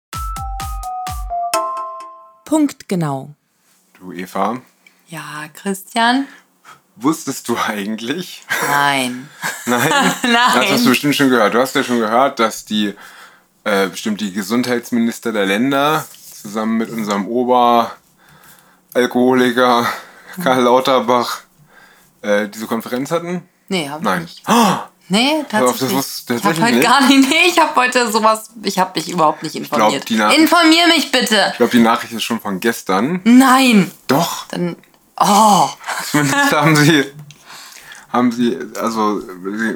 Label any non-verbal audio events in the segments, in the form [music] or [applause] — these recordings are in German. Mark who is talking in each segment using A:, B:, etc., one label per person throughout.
A: genau.
B: Punktgenau.
C: Du Eva,
A: Ja, Christian?
C: wusstest du eigentlich?
A: Nein.
C: [laughs] Nein. Das hast du
A: [laughs] Nein.
C: bestimmt schon gehört. Du hast ja schon gehört, dass die äh, bestimmt die Gesundheitsminister der Länder zusammen mit unserem Oberalkoholiker Karl Lauterbach äh, diese Konferenz hatten.
A: Nee, hab
C: Nein.
A: ich nicht. Nee,
C: auf, das
A: tatsächlich.
C: wusstest du
A: ich habe
C: tatsächlich
A: heute gar
C: nicht?
A: nicht. [laughs] Nee, ich habe heute sowas. Ich habe mich überhaupt nicht
C: glaub,
A: informiert.
C: die Nachricht-
A: Informier mich bitte.
C: Ich glaube, die Nachricht ist schon von gestern.
A: Nein.
C: Doch,
A: Dann. Oh.
C: [laughs] zumindest haben sie, haben sie, also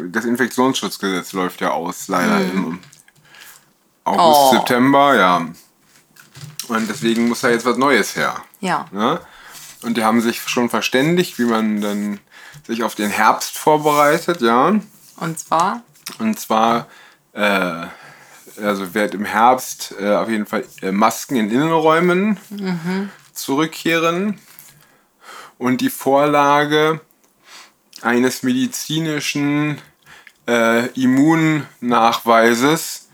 C: das Infektionsschutzgesetz läuft ja aus, leider im August,
A: Mhm. Oh.
C: September, ja. Und deswegen muss da jetzt was Neues her.
A: Ja.
C: Ne? Und die haben sich schon verständigt, wie man dann sich auf den Herbst vorbereitet, ja.
A: Und zwar?
C: Und zwar, äh, also wird im Herbst äh, auf jeden Fall äh, Masken in Innenräumen zurückkehren. Und die Vorlage eines medizinischen äh, Immunnachweises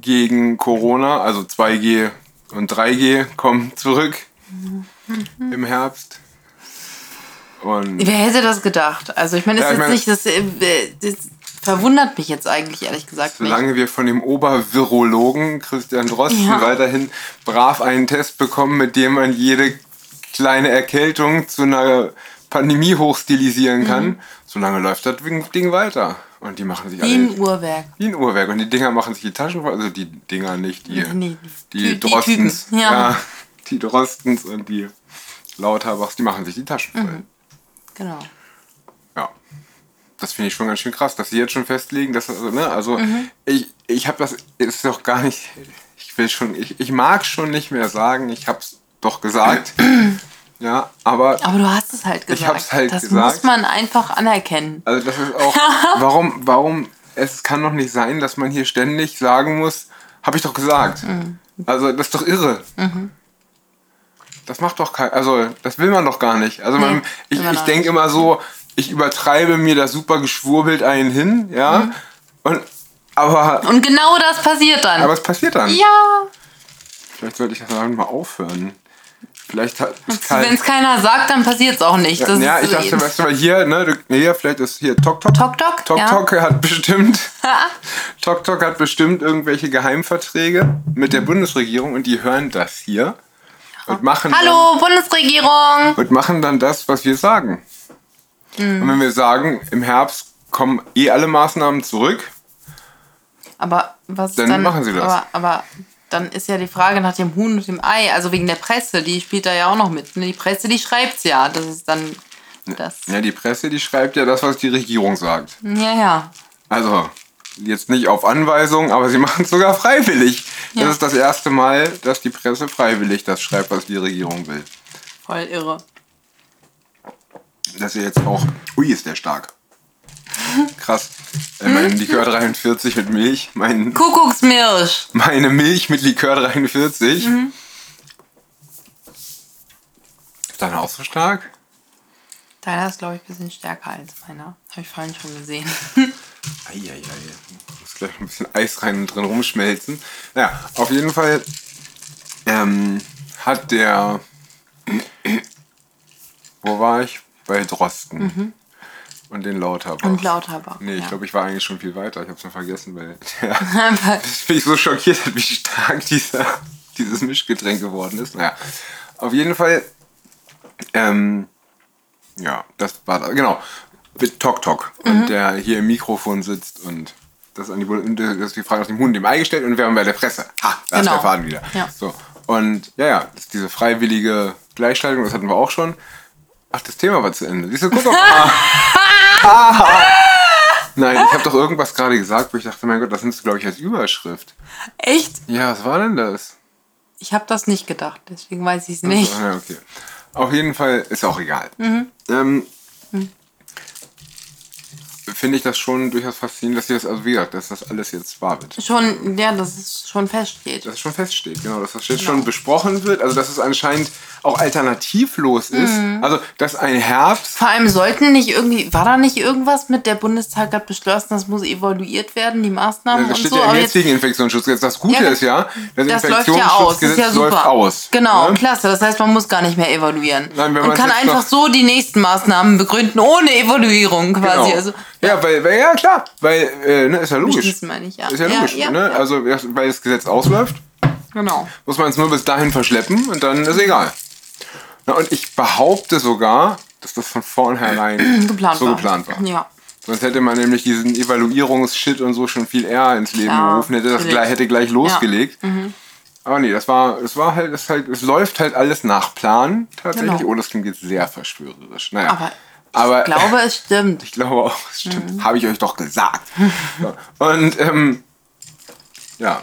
C: gegen Corona, also 2G und 3G, kommen zurück im Herbst. Und
A: Wer hätte das gedacht? Also, ich meine, das
C: Ja,
A: ist
C: ich
A: jetzt
C: meine-
A: nicht. Das, äh, das verwundert mich jetzt eigentlich, ehrlich gesagt. Nicht.
C: Solange wir von dem Obervirologen Christian Drosten
A: Ja.
C: weiterhin brav einen Test bekommen, mit dem man jede kleine Erkältung zu einer Pandemie
A: Mhm.
C: hochstilisieren kann, solange läuft das Ding weiter. Und die machen sich
A: Wie ein
C: alle
A: Uhrwerk.
C: wie ein Uhrwerk. Und die Dinger machen sich die Taschen voll. Also die Dinger nicht, die,
A: Nee,
C: die
A: Ty- die
C: Drostens.
A: Typen, ja.
C: die Drostens und die Lauterbachs, die machen sich die Taschen
A: Mhm.
C: voll.
A: Genau.
C: Ja. Das finde ich schon ganz schön krass, dass sie jetzt schon festlegen, dass also, ne, also ich, ich habe das ist doch gar nicht ich will schon ich, ich mag schon nicht mehr sagen, ich hab's doch gesagt. ja, aber
A: Aber du hast es halt gesagt.
C: Ich hab's halt
A: das
C: gesagt.
A: muss man einfach anerkennen.
C: also das ist
A: [laughs]
C: auch warum warum es kann doch nicht sein, dass man hier ständig sagen muss, habe ich doch gesagt.
A: Mhm.
C: Also das ist doch irre. Das macht doch kein, also das will man doch gar nicht. Also man,
A: Nee,
C: ich,
A: will man
C: ich
A: auch
C: denke immer so, ich übertreibe mir das super geschwurbelt einen hin, ja.
A: Mhm.
C: Und aber,
A: Und genau das passiert dann.
C: aber es passiert dann.
A: ja.
C: Vielleicht sollte ich das damit mal aufhören. Vielleicht hat
A: Wenn es keiner sagt, dann passiert es auch nicht. Das
C: ja,
A: ist
C: ich dachte,
A: eben-
C: weißt du, weil hier, ne, du- nee, hier, vielleicht ist hier Tok Tok.
A: Tok Tok,
C: Tok
A: ja.
C: Tok hat bestimmt. Tok Tok hat bestimmt irgendwelche Geheimverträge mit der Bundesregierung und die hören das hier. Und machen dann,
A: Hallo, Bundesregierung!
C: und machen dann das, was wir sagen.
A: Hm.
C: Und wenn wir sagen, im Herbst kommen eh alle Maßnahmen zurück,
A: Aber was
C: Dann machen Sie das.
A: Aber, aber dann ist ja die Frage nach dem Huhn und dem Ei, also wegen der Presse, die spielt da ja auch noch mit. ne? Die Presse, die schreibt's ja. Das ist dann das.
C: ja, die Presse, die schreibt ja das, was die Regierung sagt.
A: Ja, ja.
C: Also, jetzt nicht auf Anweisung, aber sie [laughs] machen es sogar freiwillig.
A: Ja.
C: Das ist das erste Mal, dass die Presse freiwillig das schreibt, was die Regierung will.
A: Voll irre.
C: Dass ihr jetzt auch. Ui, ist der stark. Krass. Äh, mein Likör 43 mit Milch. Mein,
A: Kuckucksmilch.
C: meine Milch mit Likör 43. Ist deine auch so stark?
A: Deiner ist, glaube ich, ein bisschen stärker als meiner. Habe ich vorhin schon
C: [laughs]
A: gesehen.
C: Eieiei. Muss gleich ein bisschen Eis rein und drin rumschmelzen. Naja, auf jeden Fall ähm, hat der. Wo war ich? Bei Drosten. Und den Lauterbach.
A: Und Lauterbach,
C: Nee, ich
A: ja.
C: glaube, ich war eigentlich schon viel weiter. Ich habe es nur vergessen, weil der das mich so schockiert hat, wie stark dieser, dieses Mischgetränk geworden ist. Naja, auf jeden Fall. Ähm, ja, das war da. Genau. Mit Tok Tok.
A: Mhm.
C: Und der hier im Mikrofon sitzt und das an die, Bu- und das ist die Frage nach dem Huhn und dem Ei gestellt und wir haben bei der Presse. Ha, da ist
A: Genau.
C: der Faden wieder.
A: Ja.
C: So. Und ja, ja, das ist diese freiwillige Gleichschaltung, das hatten wir auch schon. Ach, das Thema war zu Ende. Siehst du, guck doch mal.
A: [laughs]
C: Nein, ich habe doch irgendwas gerade gesagt, wo ich dachte, mein Gott, das nimmst du, glaube ich, als Überschrift.
A: Echt?
C: Ja, was war denn das?
A: Ich habe das nicht gedacht, deswegen weiß ich Mhm. es nicht.
C: Ah, ja, okay.
A: Mhm.
C: Auf jeden Fall ist auch egal. Ähm, finde ich das schon durchaus faszinierend, dass sie das, also wie gesagt, dass das alles jetzt wahr wird.
A: Schon, ja, dass es schon feststeht.
C: Dass es schon feststeht, genau, dass das jetzt schon besprochen wird, also dass es anscheinend auch alternativlos
A: Mhm.
C: ist. Also, dass ein Herbst,
A: Vor allem sollten nicht irgendwie, war da nicht irgendwas mit der Bundestag hat beschlossen, das muss evaluiert werden, die Maßnahmen
C: also das
A: und
C: steht
A: so,
C: ja im
A: aber jetzt,
C: jetzigen Infektionsschutzgesetz, das Gute
A: Ja,
C: ist ja, das,
A: das läuft ja aus, das ist ja super.
C: läuft aus.
A: Genau,
C: Ne?
A: klasse, das heißt, man muss gar nicht mehr evaluieren.
C: Nein, wenn
A: man
C: man
A: kann
C: jetzt
A: einfach
C: noch-
A: so die nächsten Maßnahmen begründen, ohne Evaluierung quasi.
C: Genau.
A: Also,
C: ja, weil, weil, ja, klar, weil, äh, ne, ist ja logisch.
A: beschließen meine ich, ja.
C: Ist ja
A: Ja,
C: logisch,
A: ja,
C: ne?
A: ja.
C: Also, weil das Gesetz ausläuft,
A: genau.
C: muss man es nur bis dahin verschleppen und dann ist egal. Na, und ich behaupte sogar, dass das von
A: [clears throat]
C: vornherein
A: Geplant
C: so
A: war.
C: geplant war.
A: Ja.
C: Sonst hätte man nämlich diesen Evaluierungsshit und so schon viel eher ins Leben
A: Klar,
C: gerufen, hätte das
A: natürlich. Mhm.
C: gleich, hätte gleich losgelegt. Aber nee, das war, es war halt, es halt, es läuft halt alles nach Plan tatsächlich.
A: Genau.
C: Oh, das klingt jetzt sehr verschwörerisch. Naja.
A: Aber Ich glaube, es stimmt.
C: Ich glaube auch, es stimmt. Habe ich euch doch gesagt. So. Und ähm, ja,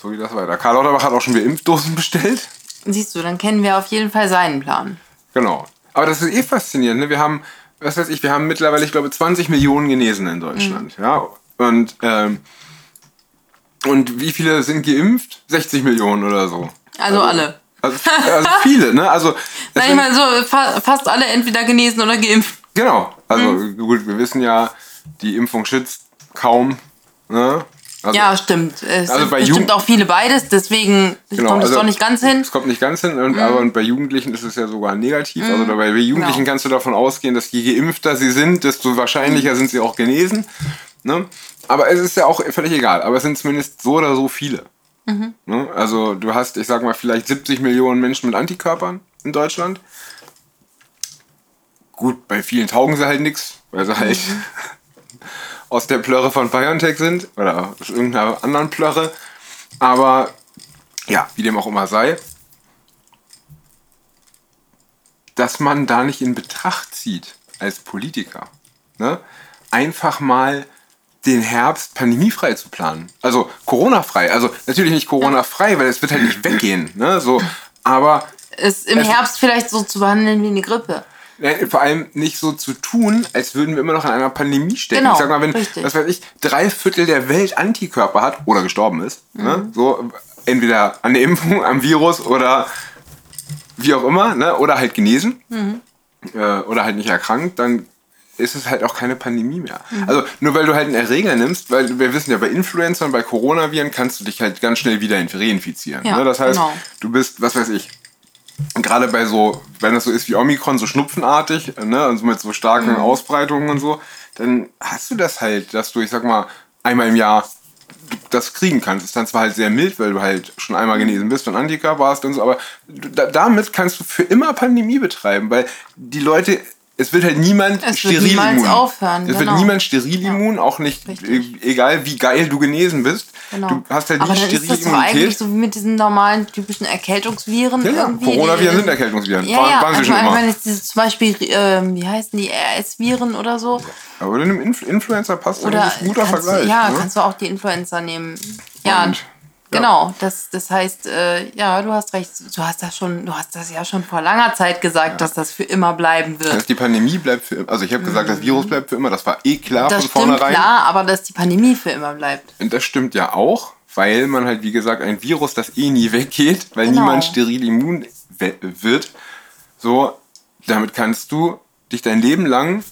C: so geht das weiter. Karl Lauterbach hat auch schon wieder Impfdosen bestellt.
A: Siehst du, dann kennen wir auf jeden Fall seinen Plan.
C: Genau. Aber das ist eh faszinierend. Ne? Wir haben, was weiß ich, wir haben mittlerweile, ich glaube, 20 Millionen Genesen in Deutschland. Ja. Und, ähm, und wie viele sind geimpft? 60 Millionen oder so.
A: Also alle.
C: Also, also viele, ne? Also, es
A: Sag ich
C: sind-
A: mal so, fa fast alle entweder genesen oder geimpft.
C: Genau. Also gut, wir wissen ja, die Impfung schützt kaum. Ne? Also,
A: Ja, stimmt. Es
C: Also
A: sind
C: bei
A: bestimmt
C: Jugend-
A: auch viele beides, deswegen
C: Genau,
A: kommt es
C: also-
A: doch nicht ganz hin.
C: Es kommt nicht ganz hin, und, aber bei Jugendlichen ist es ja sogar negativ. Also bei Jugendlichen
A: Genau.
C: kannst du davon ausgehen, dass je geimpfter sie sind, desto wahrscheinlicher sind sie auch genesen. Ne? Aber es ist ja auch völlig egal. Aber es sind zumindest so oder so viele. Ne? Also du hast, ich sag mal, vielleicht 70 Millionen Menschen mit Antikörpern in Deutschland. Gut, bei vielen taugen sie halt nichts, weil sie halt [laughs] aus der Plörre von BioNTech sind oder aus irgendeiner anderen Plörre. Aber ja, wie dem auch immer sei, dass man da nicht in Betracht zieht als Politiker. Ne? Einfach mal den Herbst pandemiefrei zu planen. Also Corona-frei. Also natürlich nicht Corona-frei, weil es wird halt nicht weggehen. Ne? So, aber
A: Es im
C: Es-
A: Herbst vielleicht so zu behandeln wie eine Grippe.
C: Nein, Äh, vor allem nicht so zu tun, als würden wir immer noch in einer Pandemie stecken.
A: Genau,
C: ich sag mal, wenn,
A: richtig.
C: was weiß ich, drei Viertel der Welt Antikörper hat oder gestorben ist,
A: Mhm.
C: ne? so entweder an der Impfung, am Virus oder wie auch immer, ne? oder halt genesen
A: Mhm.
C: äh, oder halt nicht erkrankt, dann ist es halt auch keine Pandemie mehr.
A: Mhm.
C: Also nur weil du halt einen Erreger nimmst, weil wir wissen ja, bei Influencern, bei Coronaviren kannst du dich halt ganz schnell wieder reinfizieren.
A: Ja,
C: ne? Das heißt,
A: genau.
C: du bist, was weiß ich, gerade bei so, wenn das so ist wie Omikron, so schnupfenartig, ne, und so mit so
A: Mhm.
C: starken Ausbreitungen und so, dann hast du das halt, dass du, ich sag mal, einmal im Jahr das kriegen kannst. Ist dann zwar halt sehr mild, weil du halt schon einmal genesen bist und Antikörper hast und so, aber du- da, damit kannst du für immer Pandemie betreiben, weil die Leute, es wird halt niemand
A: Es wird
C: steril
A: niemals
C: immun.
A: aufhören,
C: Es
A: genau.
C: wird niemand steril immun, auch nicht,
A: Richtig.
C: e- egal wie geil du genesen bist.
A: Genau.
C: Du hast halt
A: Aber
C: nie
A: dann
C: sterile
A: ist das doch
C: Immunität.
A: eigentlich so wie mit diesen normalen typischen Erkältungsviren.
C: Ja, ja,
A: irgendwie,
C: Coronaviren
A: die-
C: sind Erkältungsviren.
A: Ja,
C: Waren-
A: ja,
C: waren sie
A: also
C: schon immer.
A: Wenn jetzt diese, zum Beispiel, ähm, wie heißen die, RS-Viren oder so.
C: Aber mit einem Inf Influencer passt
A: Oder
C: das ist ein guter
A: kannst,
C: Vergleich.
A: Ja,
C: ne?
A: kannst du auch die Influencer nehmen. Ja,
C: Und, ja.
A: genau. Das, das heißt, äh, ja, du hast recht. Du hast das schon, du hast das ja schon vor langer Zeit gesagt, dass das für immer bleiben wird.
C: Dass die Pandemie bleibt für immer. Also ich habe gesagt, das Virus bleibt für immer. Das war eh klar
A: Mhm. Das
C: von
A: stimmt
C: vornherein.
A: klar, aber dass die Pandemie für immer bleibt.
C: Und das stimmt ja auch, weil man halt, wie gesagt, ein Virus, das eh nie weggeht, weil
A: Genau.
C: niemand steril immun we- wird, so, damit kannst du dich dein Leben lang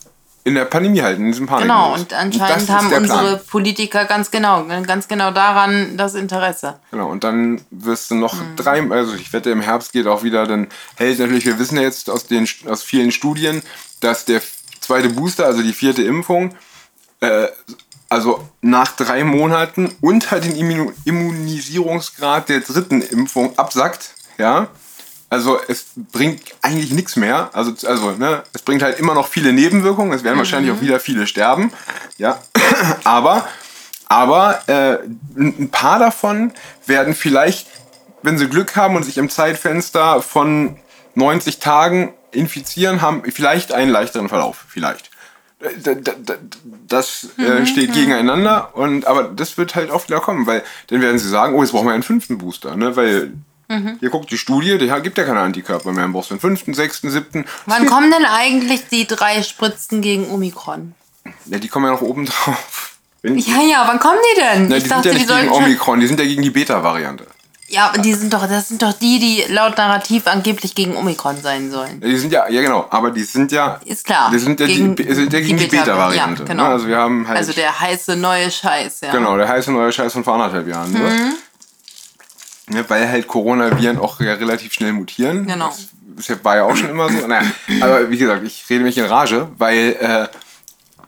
C: in der Pandemie halten, in diesem Panik.
A: Genau, und anscheinend haben unsere Politiker ganz genau, ganz genau daran das Interesse.
C: Genau, und dann wirst du noch drei, also ich wette, im Herbst geht auch wieder, dann hält natürlich, wir wissen ja jetzt aus, den, aus vielen Studien, dass der zweite Booster, also die vierte Impfung, äh, also nach drei Monaten unter den Immun Immunisierungsgrad der dritten Impfung absackt, ja. Also es bringt eigentlich nichts mehr. Also, also ne, es bringt halt immer noch viele Nebenwirkungen. Es werden wahrscheinlich auch wieder viele sterben. Ja, [clears throat] aber, aber äh, ein ein paar davon werden vielleicht, wenn sie Glück haben und sich im Zeitfenster von 90 Tagen infizieren, haben vielleicht einen leichteren Verlauf. Vielleicht. D- d- d- Das
A: Mhm,
C: äh, steht gegeneinander, und, aber das wird halt oft wieder kommen, weil dann werden sie sagen, oh, jetzt brauchen wir einen fünften Booster, ne? weil
A: Mhm.
C: hier guckt die Studie, der gibt ja keine Antikörper mehr, dann brauchst du [laughs] den fünften, sechsten, siebten.
A: Wann kommen denn eigentlich die drei Spritzen gegen Omikron?
C: Ja, die kommen ja noch oben drauf. Wenn-
A: Ja, ja, wann kommen die denn?
C: Na,
A: ich
C: die
A: dachte, die
C: sind ja nicht
A: sollten
C: gegen
A: schon.
C: Omikron, die sind ja gegen die Beta-Variante.
A: Ja, aber die sind doch, das sind doch die, die laut Narrativ angeblich gegen Omikron sein sollen.
C: Ja, Die sind ja, ja genau, aber die sind ja.
A: Ist klar.
C: Die sind ja gegen, die, sind ja gegen die Beta-Variante.
A: Ja, genau.
C: ne?
A: also,
C: Also wir haben halt.
A: der heiße neue Scheiß, ja. Mhm.
C: genau, der heiße neue Scheiß von vor anderthalb Jahren. Ne? Ne, weil halt Coronaviren auch ja relativ schnell mutieren.
A: Genau.
C: Das ist ja- war ja auch schon immer so. Naja, aber wie gesagt, ich rede mich in Rage, weil äh,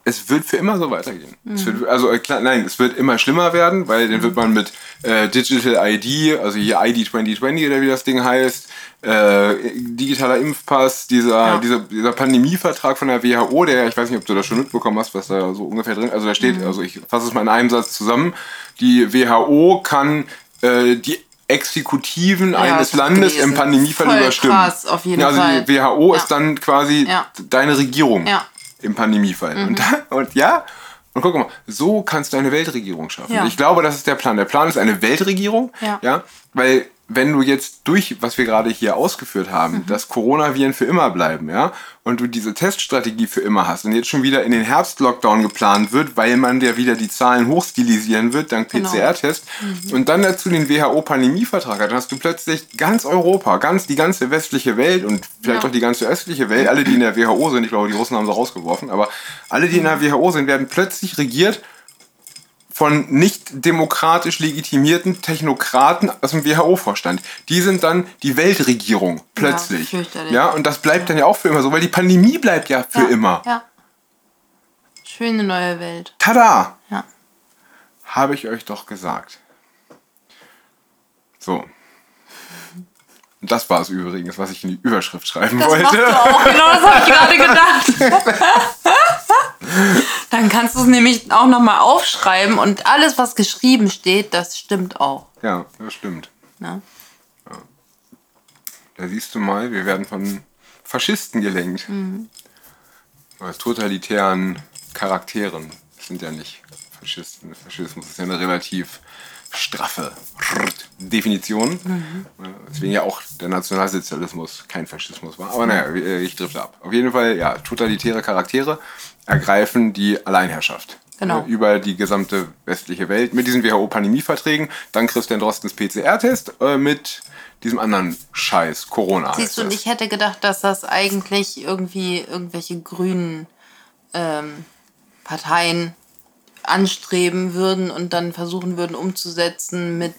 C: es wird für immer so weitergehen. Es
A: Mhm.
C: wird, also äh, klar, nein, es wird immer schlimmer werden, weil dann wird man mit äh, Digital ID, also hier ID 2020 oder wie das Ding heißt, äh, digitaler Impfpass, dieser, dieser, dieser Pandemievertrag von der WHO, der, ich weiß nicht, ob du das schon mitbekommen hast, was da so ungefähr drin, also da steht,
A: Mhm.
C: also ich fasse es mal in einem Satz zusammen, die WHO kann äh, die Exekutiven eines
A: das hab ich
C: Landes
A: gelesen.
C: im Pandemiefall
A: Voll
C: überstimmen.
A: krass, auf jeden
C: Ja, also
A: Fall.
C: die WHO
A: Ja.
C: ist dann quasi
A: Ja.
C: deine Regierung
A: Ja.
C: im Pandemiefall.
A: Mhm.
C: Und, da, und ja, und guck mal, so kannst du eine Weltregierung schaffen.
A: Ja.
C: Ich glaube, das ist der Plan. Der Plan ist eine Weltregierung,
A: Ja.
C: weil wenn du jetzt durch, was wir gerade hier ausgeführt haben,
A: Mhm.
C: dass Coronaviren für immer bleiben, ja, und du diese Teststrategie für immer hast und jetzt schon wieder in den Herbst-Lockdown geplant wird, weil man ja wieder die Zahlen hochstilisieren wird, dank
A: Genau.
C: PCR-Test, und dann dazu den WHO-Pandemievertrag hat, dann hast du plötzlich ganz Europa, ganz die ganze westliche Welt und vielleicht
A: Ja.
C: auch die ganze östliche Welt, alle, die in der WHO sind, ich glaube, die Russen haben sie rausgeworfen, aber alle, die in der WHO sind, werden plötzlich regiert von nicht demokratisch legitimierten Technokraten aus dem WHO-Vorstand. Die sind dann die Weltregierung plötzlich.
A: fürchterlich.
C: Ja, und das bleibt dann ja auch für immer so, weil die Pandemie bleibt ja für
A: ja,
C: immer.
A: Ja. Schöne neue Welt.
C: Tada!
A: Ja.
C: Habe ich euch doch gesagt. So. Und das war es übrigens, was ich in die Überschrift schreiben
A: Machst du
C: wollte.
A: auch. Genau das habe ich gerade gedacht. [laughs] Dann kannst du es nämlich auch nochmal aufschreiben und alles, was geschrieben steht, das stimmt auch.
C: Ja, das stimmt.
A: Ne?
C: Da siehst du mal, wir werden von Faschisten gelenkt. Oder totalitären Charakteren. Das sind ja nicht Faschisten. Faschismus ist ja eine relativ straffe Definition.
A: Mhm.
C: Deswegen ja auch der Nationalsozialismus kein Faschismus war. Aber naja, äh, ich drifte ab. Auf jeden Fall, ja, totalitäre Charaktere ergreifen die Alleinherrschaft.
A: Genau.
C: Über die gesamte westliche Welt mit diesen WHO-Pandemieverträgen. Dann Christian Drostens PCR-Test äh, mit diesem anderen Scheiß, Corona. heißt
A: Siehst du, und
C: das.
A: ich hätte gedacht, dass das eigentlich irgendwie irgendwelche grünen ähm, Parteien anstreben würden und dann versuchen würden umzusetzen mit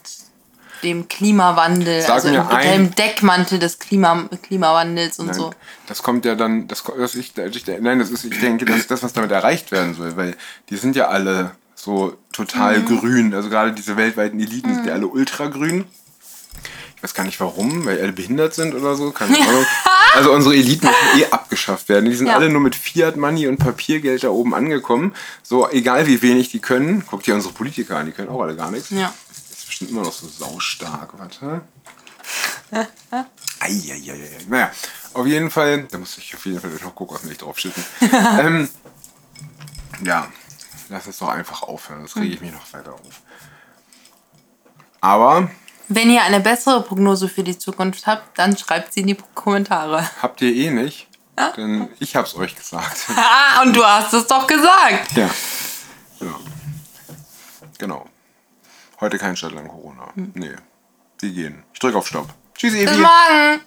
A: dem Klimawandel,
C: Sag
A: also
C: mir
A: im- unter
C: ein-
A: dem Deckmantel des Klima, Klimawandels und
C: Nein,
A: so.
C: Das kommt ja dann, das, ko- das ich, ich, nein, das ist, ich denke, das ist das, was damit erreicht werden soll, weil die sind ja alle so total
A: Mhm.
C: grün, also gerade diese weltweiten Eliten sind ja alle ultragrün. Ich weiß gar nicht warum, weil alle behindert sind oder so, keine
A: [laughs]
C: Ahnung. Also unsere Eliten müssen eh abgeschafft werden. Die sind
A: Ja.
C: alle nur mit Fiat Money und Papiergeld da oben angekommen. So, egal wie wenig die können. Guckt dir unsere Politiker an, die können auch alle gar nichts.
A: Ja.
C: Das ist bestimmt immer noch so saustark, warte. Eieieiei. Naja, auf jeden Fall, da muss ich auf jeden Fall noch gucken, was mich drauf
A: [laughs]
C: schütten. ähm, ja, lass es doch einfach aufhören, sonst
A: Hm.
C: rege ich mich noch weiter auf. Aber
A: Wenn ihr eine bessere Prognose für die Zukunft habt, dann schreibt sie in die Kommentare. [laughs]
C: habt ihr eh nicht, denn ich hab's euch gesagt.
A: Ah, und du hast es doch gesagt.
C: ja. ja. Genau. Heute kein Stadtland Corona. Nee. Die gehen. Ich drück auf Stopp. Tschüss, Evi.
A: Bis morgen.